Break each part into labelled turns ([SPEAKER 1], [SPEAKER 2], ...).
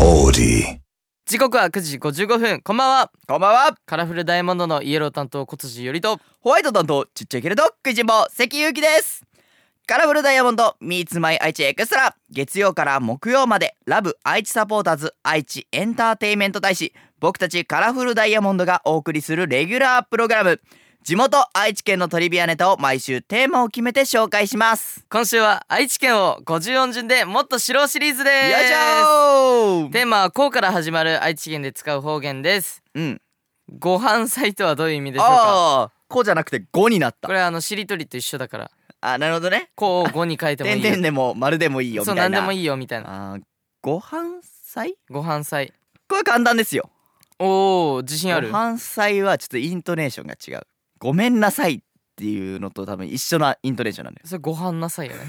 [SPEAKER 1] オーデ
[SPEAKER 2] 時刻は9時55分こんばんは
[SPEAKER 3] こんばんは
[SPEAKER 2] カラフルダイヤモンドのイエロー担当小辻よりと
[SPEAKER 3] ホワイト担当ちっちゃいけれど食いしん坊関ゆうきですカラフルダイヤモンド Meets My 愛知エクストラ月曜から木曜までラブ愛知サポーターズ愛知エンターテイメント大使僕たちカラフルダイヤモンドがお送りするレギュラープログラム地元愛知県のトリビアネタを毎週テーマを決めて紹介します
[SPEAKER 2] 今週は愛知県を50音順でもっと知ろうシリーズで
[SPEAKER 3] よい
[SPEAKER 2] す
[SPEAKER 3] し ょー
[SPEAKER 2] テーマはこうから始まる愛知県で使う方言です
[SPEAKER 3] うん
[SPEAKER 2] ご飯祭とはどういう意味でしょうか
[SPEAKER 3] ああこうじゃなくて5になっ
[SPEAKER 2] こ
[SPEAKER 3] た
[SPEAKER 2] れはあのしりとりと一緒だから
[SPEAKER 3] あなるほどね
[SPEAKER 2] こうを5に書いてもい
[SPEAKER 3] 点
[SPEAKER 2] いよ
[SPEAKER 3] 々でも丸でもいいよみ
[SPEAKER 2] そ
[SPEAKER 3] た
[SPEAKER 2] う
[SPEAKER 3] いな
[SPEAKER 2] 何でも
[SPEAKER 3] い
[SPEAKER 2] いいよみたいな
[SPEAKER 3] あーご飯祭
[SPEAKER 2] ご飯祭
[SPEAKER 3] これ簡単ですよ
[SPEAKER 2] おお自信ある
[SPEAKER 3] ご飯祭はちょっとイントネーションが違うごめんなさいっていうのと多分一緒なイントネーションなんだ よ
[SPEAKER 2] それご飯なさいよね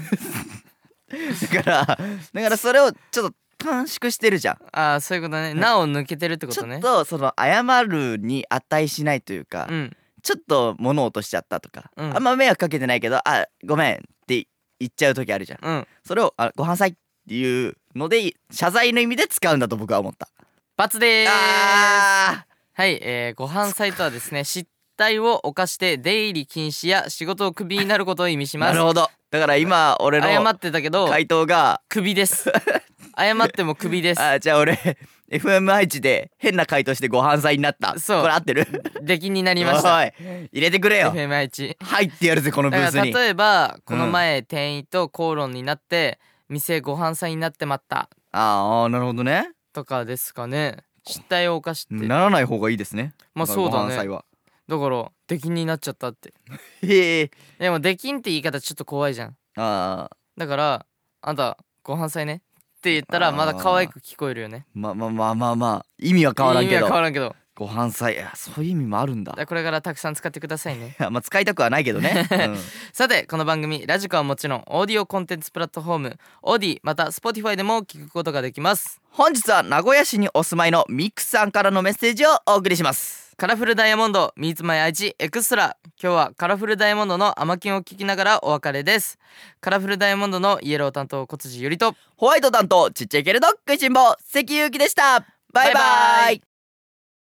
[SPEAKER 3] だからだからそれをちょっと短縮してるじゃん
[SPEAKER 2] ああそういうことねなお抜けてるってこ
[SPEAKER 3] ち
[SPEAKER 2] と
[SPEAKER 3] ょっ
[SPEAKER 2] ね
[SPEAKER 3] とその謝るに値しないというか、
[SPEAKER 2] うん
[SPEAKER 3] ちょっと物を落としちゃったとか、
[SPEAKER 2] うん
[SPEAKER 3] あんま迷惑かけてないけどあごめんって言っちゃう時あるじゃん
[SPEAKER 2] うん
[SPEAKER 3] それをあご飯祭っていうので謝罪の意味で使うんだと僕は思った、
[SPEAKER 2] 罰でーす
[SPEAKER 3] あ
[SPEAKER 2] はい、えー、ご飯サイトはですね失態を犯して出入り禁止や仕事をクビになることを意味し
[SPEAKER 3] ー
[SPEAKER 2] ま
[SPEAKER 3] な
[SPEAKER 2] す
[SPEAKER 3] るほどだから今俺
[SPEAKER 2] 謝
[SPEAKER 3] の
[SPEAKER 2] ってたけど
[SPEAKER 3] 回答が
[SPEAKER 2] クビです 謝ってもクビです
[SPEAKER 3] あじゃあ俺 FM 愛知で変な回答してご飯祭になった
[SPEAKER 2] そう
[SPEAKER 3] これ合ってる
[SPEAKER 2] 出禁になりました
[SPEAKER 3] おい入れてくれよ
[SPEAKER 2] FMH
[SPEAKER 3] 入ってやるぜこのブー
[SPEAKER 2] だ
[SPEAKER 3] ス
[SPEAKER 2] から
[SPEAKER 3] に
[SPEAKER 2] 例えばこの前店員と口論になって店ご飯祭になってまった
[SPEAKER 3] ああなるほどね
[SPEAKER 2] とかですかね失態を犯して
[SPEAKER 3] ならない方がいいですね
[SPEAKER 2] まあそうだ
[SPEAKER 3] ご飯祭
[SPEAKER 2] ね
[SPEAKER 3] は
[SPEAKER 2] だから出禁になっちゃったって
[SPEAKER 3] へえ
[SPEAKER 2] でも出禁って言い方ちょっと怖いじゃん
[SPEAKER 3] あー
[SPEAKER 2] だからあんたご飯祭ねって言ったらまだ可愛く聞こえるよね
[SPEAKER 3] まあまあまあまあまあ意味は変わらんけ
[SPEAKER 2] 意味は
[SPEAKER 3] ど
[SPEAKER 2] 変わらんけど
[SPEAKER 3] ご飯祭いやそういう意味もあるんだ
[SPEAKER 2] だからこれからたくさん使ってくださいね
[SPEAKER 3] いやまあ使いたくはないけど ね、うん
[SPEAKER 2] さてこの番組ラジコはもちろんオーディオコンテンツプラットフォームオーディまた Spotify でも聞くことができます
[SPEAKER 3] 本日は名古屋市にお住まいのミックさんからのメッセージをお送りします
[SPEAKER 2] カラフルダイヤモンド Meets My 愛知エクストラ今日はカラフルダイヤモンドのアマキンを聞きながらお別れですカラフルダイヤモンドのイエロー担当小辻ゆりと
[SPEAKER 3] ホワイト担当ちっちゃいけれど食いしん坊関ゆうきでしたバイバ
[SPEAKER 2] バイバ
[SPEAKER 3] イ
[SPEAKER 2] イ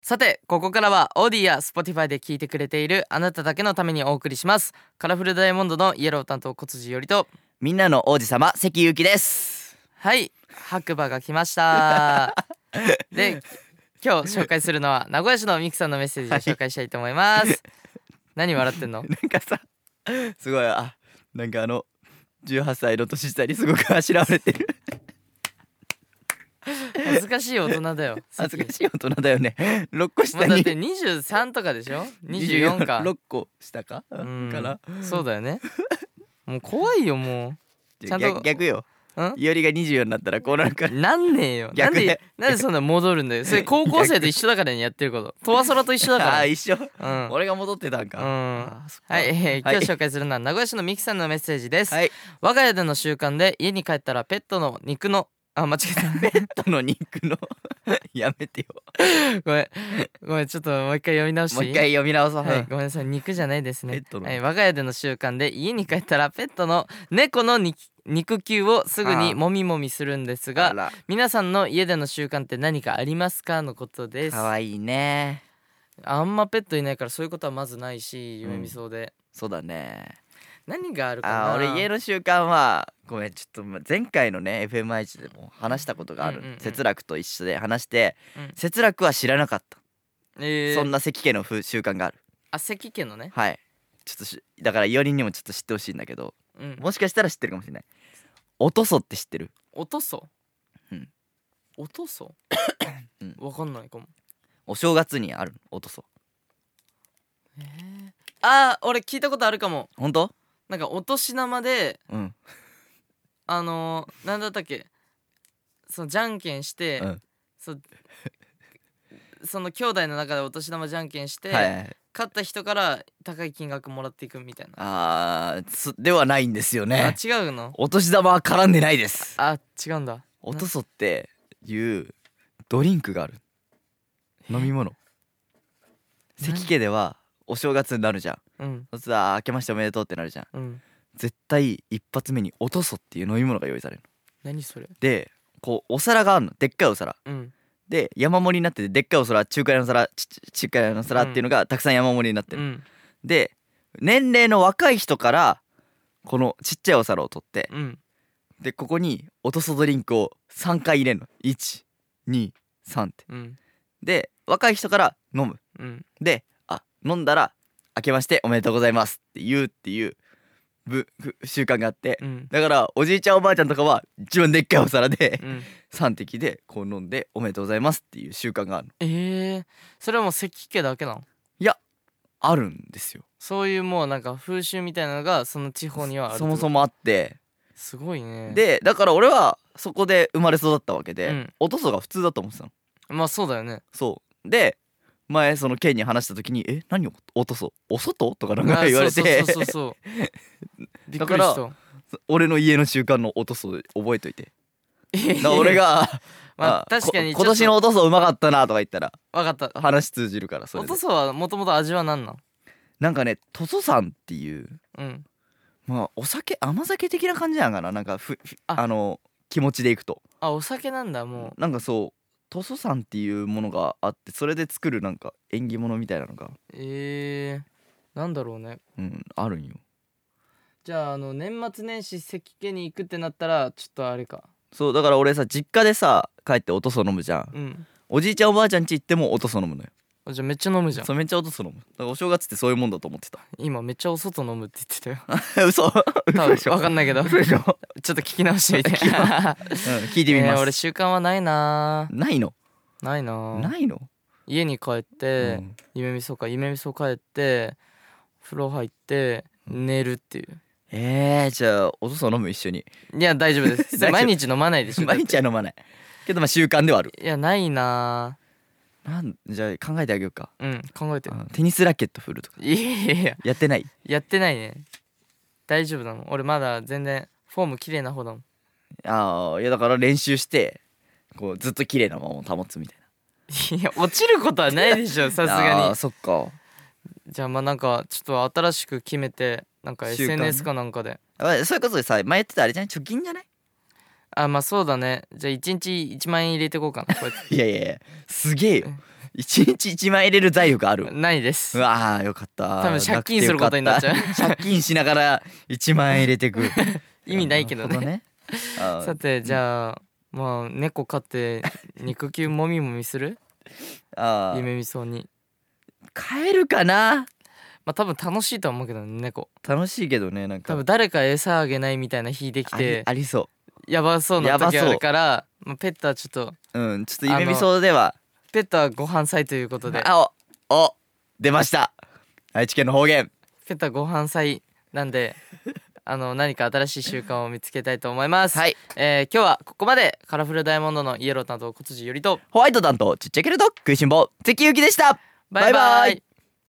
[SPEAKER 2] さてここからはオーディや Spotify で聞いてくれているあなただけのためにお送りしますカラフルダイヤモンドのイエロー担当小辻よりと
[SPEAKER 3] みんなの王子様関ゆうきです
[SPEAKER 2] はい白馬が来ましたで今日紹介するのは名古屋市のミクさんのメッセージを紹介したいと思います、何笑ってんの
[SPEAKER 3] なんかさすごいあなんかあの18歳の年下にすごくあしらわれ てる
[SPEAKER 2] 恥ずかしい大人だよ
[SPEAKER 3] 恥ずかしい大人だよね6個
[SPEAKER 2] も
[SPEAKER 3] 下
[SPEAKER 2] うだっ
[SPEAKER 3] に
[SPEAKER 2] て23とかでしょ24か
[SPEAKER 3] 6個下かか
[SPEAKER 2] うん
[SPEAKER 3] ら
[SPEAKER 2] そうだよねもう怖いよも
[SPEAKER 3] じゃあ
[SPEAKER 2] ちゃんと
[SPEAKER 3] 逆逆よ
[SPEAKER 2] ん
[SPEAKER 3] いおりが24になったらこうなるから
[SPEAKER 2] うなんねえよなん
[SPEAKER 3] 逆ね
[SPEAKER 2] でなんでそんな戻るんだよそれ高校生と一緒だからねやってることとわそらと一緒だ
[SPEAKER 3] あ
[SPEAKER 2] か
[SPEAKER 3] ー一緒
[SPEAKER 2] らうん
[SPEAKER 3] 俺が戻ってたんか
[SPEAKER 2] うん
[SPEAKER 3] あーそっか
[SPEAKER 2] はい、えー
[SPEAKER 3] はい
[SPEAKER 2] 今日紹介するのは名古屋市のミキさんのメッセージです、
[SPEAKER 3] はい
[SPEAKER 2] 我が家での習慣で家に帰ったらペットの肉のあ間違え
[SPEAKER 3] ペットの肉の やめてよ
[SPEAKER 2] たごめんごめんちょっともう一回読み直して
[SPEAKER 3] もう
[SPEAKER 2] いい
[SPEAKER 3] 一回読み直そう
[SPEAKER 2] はい、ごめんなさい肉じゃないです
[SPEAKER 3] ペ
[SPEAKER 2] ね
[SPEAKER 3] ッ、トの
[SPEAKER 2] はい、我が家での習慣で家に帰ったらペットの猫の肉肉球をすぐ
[SPEAKER 3] あ
[SPEAKER 2] に
[SPEAKER 3] ー
[SPEAKER 2] もみもみするんです
[SPEAKER 3] あ
[SPEAKER 2] が
[SPEAKER 3] ら
[SPEAKER 2] 皆さんの家での習慣って何かありますかのことです
[SPEAKER 3] かわいいね
[SPEAKER 2] あんまペットいないからそういうことはまずないし
[SPEAKER 3] うん
[SPEAKER 2] 夢見そうで、
[SPEAKER 3] そうだね
[SPEAKER 2] 何があるかな
[SPEAKER 3] あー俺家
[SPEAKER 2] の
[SPEAKER 3] の習慣はごめんちょっとま前回のね FMI1 でも話したことがある、
[SPEAKER 2] うんうんうん
[SPEAKER 3] 節楽と一緒で話して、
[SPEAKER 2] うん
[SPEAKER 3] 節楽は知らなかった、
[SPEAKER 2] えー、
[SPEAKER 3] そんな関家の風習慣がある
[SPEAKER 2] あ関家のね、
[SPEAKER 3] はいちょっとしだから4人にもちょっと知ってほしいんだけど
[SPEAKER 2] うん、
[SPEAKER 3] もしかしたら知ってるかもしれないおとそって知ってる
[SPEAKER 2] 落とそう
[SPEAKER 3] うん
[SPEAKER 2] 落とそう
[SPEAKER 3] うん
[SPEAKER 2] わかんないかも
[SPEAKER 3] お正月にあるおとそ
[SPEAKER 2] あー俺聞いたことあるかも
[SPEAKER 3] 本当
[SPEAKER 2] なんかお年玉で
[SPEAKER 3] うん
[SPEAKER 2] あのー、なんだったっけそのじゃんけんして、
[SPEAKER 3] うん
[SPEAKER 2] そその兄弟の中でお年玉じゃんけんして、
[SPEAKER 3] はいはい
[SPEAKER 2] 勝った人から高い金額もらっていくみたいな、
[SPEAKER 3] あーつではないんですよね
[SPEAKER 2] あ違うの
[SPEAKER 3] お年玉は絡んでないです
[SPEAKER 2] あ違うんだ
[SPEAKER 3] おとそっていうドリンクがある飲み物
[SPEAKER 2] 何
[SPEAKER 3] 関家ではお正月になるじゃん
[SPEAKER 2] うん
[SPEAKER 3] そしたらあ明けましておめでとうってなるじゃん
[SPEAKER 2] うん
[SPEAKER 3] 絶対一発目におとそっていう飲み物が用意されるの
[SPEAKER 2] 何それ
[SPEAKER 3] でこうお皿があるのでっかいお皿
[SPEAKER 2] うん
[SPEAKER 3] で山盛りになっててでっかいお皿中華屋の皿ちちちっかいの皿っていうのがたくさん山盛りになって
[SPEAKER 2] う
[SPEAKER 3] る、
[SPEAKER 2] ん
[SPEAKER 3] で年齢の若い人からこのちっちゃいお皿を取って
[SPEAKER 2] うん
[SPEAKER 3] でここにおとそドリンクを3回入れるの123って
[SPEAKER 2] うん
[SPEAKER 3] で若い人から飲む
[SPEAKER 2] うん
[SPEAKER 3] であ飲んだら「明けましておめでとうございます」って言うっていうぶふ習慣があって
[SPEAKER 2] うん
[SPEAKER 3] だからおじいちゃんおばあちゃんとかは一番でっかいお皿で
[SPEAKER 2] うん
[SPEAKER 3] 3滴でこう飲んで「おめでとうございます」っていう習慣があるの
[SPEAKER 2] えー、それはもう関家だけなの
[SPEAKER 3] あるんですよ
[SPEAKER 2] そういうもうなんか風習みたいなのがその地方にはある
[SPEAKER 3] そもそ
[SPEAKER 2] も
[SPEAKER 3] もあって
[SPEAKER 2] すごいね
[SPEAKER 3] でだから俺はそこで生まれ育ったわけで、
[SPEAKER 2] うん
[SPEAKER 3] おとそが普通だと思ってたの
[SPEAKER 2] まあそうだよね
[SPEAKER 3] そうで前その県に話した時に「え何をおとそお外?」とかなんか
[SPEAKER 2] あ
[SPEAKER 3] 言われ
[SPEAKER 2] そうそ
[SPEAKER 3] て
[SPEAKER 2] うそうそうそう びっく
[SPEAKER 3] だか
[SPEAKER 2] り
[SPEAKER 3] ら
[SPEAKER 2] した
[SPEAKER 3] 俺の家の習慣のおとそ覚えと いてだから
[SPEAKER 2] い
[SPEAKER 3] 俺
[SPEAKER 2] や
[SPEAKER 3] が
[SPEAKER 2] まあ確かに
[SPEAKER 3] こ今年の
[SPEAKER 2] わ
[SPEAKER 3] 落とそうまかったなとか言ったら
[SPEAKER 2] かった
[SPEAKER 3] 話通じるからそれ
[SPEAKER 2] お
[SPEAKER 3] で
[SPEAKER 2] とそはもともと味は何なん
[SPEAKER 3] なんかねとそさんっていう
[SPEAKER 2] うん
[SPEAKER 3] まあお酒甘酒的な感じなんかななんかふふ
[SPEAKER 2] あ
[SPEAKER 3] あの気持ちでいくと
[SPEAKER 2] あお酒なんだも
[SPEAKER 3] なんかそうとそさんっていうものがあってそれで作るなんか縁起物みたいなのが、
[SPEAKER 2] うえー、なんだろうね
[SPEAKER 3] うん、あるんよ
[SPEAKER 2] じゃああの年末年始関家に行くってなったらちょっとあれか
[SPEAKER 3] そうだから俺さ実家でさ帰っておとそ飲むじゃん
[SPEAKER 2] うん
[SPEAKER 3] おじいちゃんおばあちゃん家行ってもおとそ飲むのよ
[SPEAKER 2] あじゃあめっちゃ飲むじゃん
[SPEAKER 3] そうめっちゃおとそ飲むだからお正月ってそういうもんだと思ってた
[SPEAKER 2] 今めっちゃお外飲むって言ってたよ
[SPEAKER 3] 嘘
[SPEAKER 2] 多
[SPEAKER 3] 嘘でし
[SPEAKER 2] 分わ
[SPEAKER 3] ょ
[SPEAKER 2] かんないけ ど
[SPEAKER 3] 嘘でしょ、うん、
[SPEAKER 2] ちょっと聞き直してみて
[SPEAKER 3] 聞きま聞いてみ
[SPEAKER 2] え
[SPEAKER 3] ま
[SPEAKER 2] ー
[SPEAKER 3] す、
[SPEAKER 2] 俺習慣はないな
[SPEAKER 3] ないの
[SPEAKER 2] ーないなー
[SPEAKER 3] ないの、
[SPEAKER 2] 家に帰っ
[SPEAKER 3] う
[SPEAKER 2] て、
[SPEAKER 3] ん
[SPEAKER 2] 夢見そうか夢見そう帰って風呂入って寝るっていう
[SPEAKER 3] えー、じゃあお父さん飲む一緒に
[SPEAKER 2] いや大丈夫です
[SPEAKER 3] 大丈夫
[SPEAKER 2] 毎日飲まないでしょ
[SPEAKER 3] 毎日は飲まないけどまあ習慣ではある
[SPEAKER 2] いやないな
[SPEAKER 3] なんじゃあ考えてあげようか
[SPEAKER 2] ーうん考えて
[SPEAKER 3] あのテニスラケット振るとか
[SPEAKER 2] いやいやいや
[SPEAKER 3] やってないい
[SPEAKER 2] やってないね大丈夫なの俺まだ全然フォーム綺麗な方だもん
[SPEAKER 3] あーいやだから練習してこうずっと綺麗なままを保つみたい
[SPEAKER 2] いや落ちることはない でしょさ
[SPEAKER 3] な
[SPEAKER 2] すが
[SPEAKER 3] あー
[SPEAKER 2] に
[SPEAKER 3] そっか
[SPEAKER 2] じゃあまあなんかちょっと新しく決めてなんか
[SPEAKER 3] 習慣ね
[SPEAKER 2] SNS かなんかで
[SPEAKER 3] あそういうことでさ前やってたあれじゃない貯金じゃない
[SPEAKER 2] あまあそうだねじゃあ1日1万円入れてこうかなこうや っ
[SPEAKER 3] いやいやいやすげえよ一日一万円入れる財力ある
[SPEAKER 2] てないです
[SPEAKER 3] うわーよかった
[SPEAKER 2] 多分借金することになっちゃう
[SPEAKER 3] なくてよかった借金しながら一万円入れて く
[SPEAKER 2] 意味ないけどね
[SPEAKER 3] るほあー
[SPEAKER 2] さてじゃあまあ猫飼って肉球もみもみす る
[SPEAKER 3] あー
[SPEAKER 2] 夢見そうに
[SPEAKER 3] 買えるかな
[SPEAKER 2] まあ多分楽しいとは思うけどね猫
[SPEAKER 3] 楽しいけどねなんか
[SPEAKER 2] 多分誰か餌あげないみたいな日でき
[SPEAKER 3] あり
[SPEAKER 2] て
[SPEAKER 3] ありそ
[SPEAKER 2] やばそうな
[SPEAKER 3] やば
[SPEAKER 2] 時
[SPEAKER 3] そう
[SPEAKER 2] あるから、まあ、ペットはちょっと
[SPEAKER 3] ううんちょっと夢見そうでは
[SPEAKER 2] ペットはご飯祭ということで
[SPEAKER 3] あおお出ました愛知県の方言
[SPEAKER 2] ペットはご飯祭なんで あの何か新しい習慣を見つけたいと思います、
[SPEAKER 3] はい
[SPEAKER 2] えー今日はここまでカラフルダイヤモンドのイエロー担当小辻よりと
[SPEAKER 3] ホワイト担当ちっちゃけれど食いしん坊関ゆきでした
[SPEAKER 2] バイバイ
[SPEAKER 3] バイバイ